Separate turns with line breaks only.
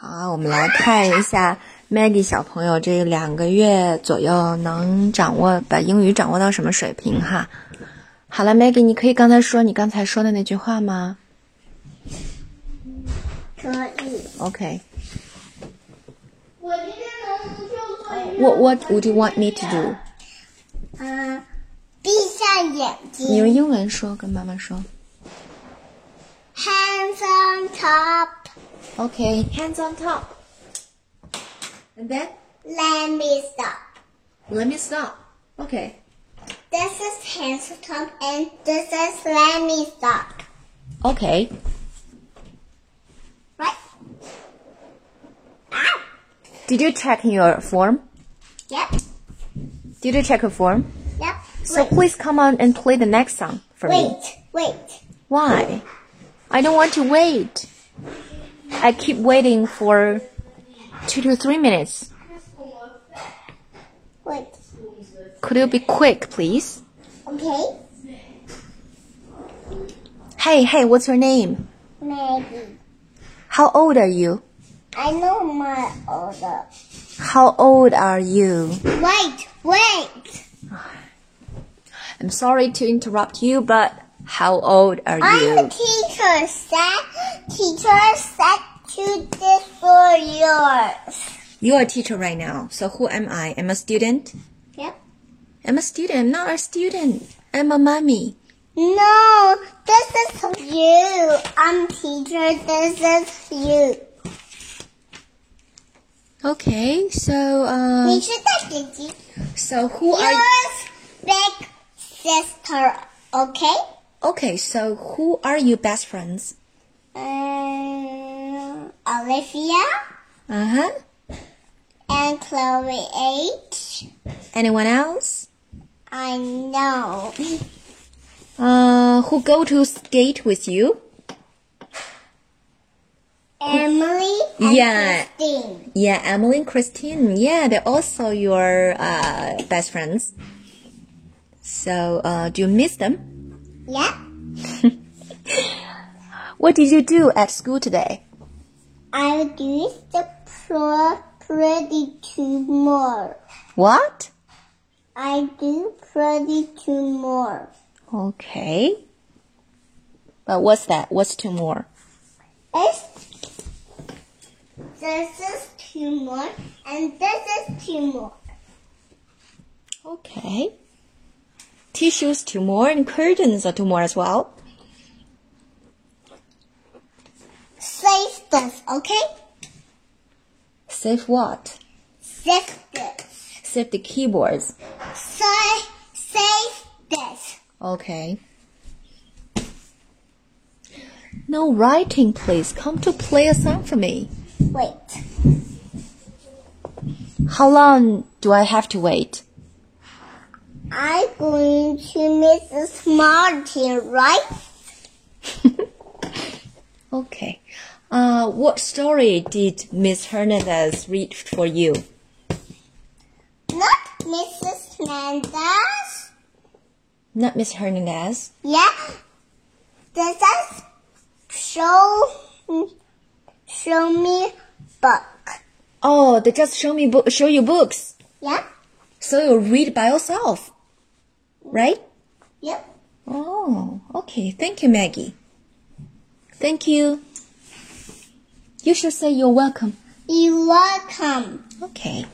啊，我们来看一下 Maggie 小朋友这两个月左右能掌握把英语掌握到什么水平哈。好了，Maggie，你可以刚才说你刚才说的那句话吗
可以。
？OK。
我今天能就做一
What What would you want me to do？
嗯、闭上眼
你用
睛。
英文说，跟妈妈说。
Hands on top,
OK。Hands on top. And then
let me stop.
let me stop. OK.
This is hands on top, and this is let me stop.
OK.
Right? Ah!
Did you check your form?
Yep.
Did you check your form?
Yep.
So please come on and play the next song for me.
Wait. Wait.
Why? I don't want to wait. I keep waiting for two to three minutes.
Wait.
Could you be quick, please?
Okay.
Hey, hey, what's your name?
Maybe.
How old are you?
I know my order.
How old are you?
Wait. Wait.
I'm sorry to interrupt you, but how old are
I'm
you?
teacher said. Teacher said to this for yours.
You're a teacher right now, so who am I? I'm a student?
Yep.
I'm a student, I'm not a student. I'm a mommy.
No, this is you. I'm teacher. This is you.
Okay, so, uh,
你是大姐姐
so who are
Yours big sister. Okay.
Okay, so who are you best friends?
Um, Olivia
Uh huh.
and Chloe H.
Anyone else?
I know.
Uh, who go to skate with you?
Emily and
Yeah.
Christine.
Yeah, Emily and Christine. Yeah, they're also your uh, best friends. So, uh, do you miss them?
Yeah.
What did you do at school today?
I will do the pro pretty tomorrow.
What?
I do pretty tomorrow.
Okay. But what's that? What's two more?
This, this is two more, and this is two more.
Okay. Tissues two more and curtains are two more as well.
Save this, okay?
Save what?
Save this.
Save the keyboards.
Save, save this.
Okay. No writing, please. Come to play a song for me.
Wait.
How long do I have to wait?
I'm going to Mrs. Martin, right?
Okay. Uh, what story did Miss Hernandez read for you?
Not Mrs. Mendes.
Not Miss Hernandez.
Yeah. This is show, show me book.
Oh, they just show me book, show you books,
Yeah.
so you read by yourself, right?
Yep.
Oh, okay. Thank you, Maggie. Thank you. You should say you're welcome.
You're welcome.
Okay.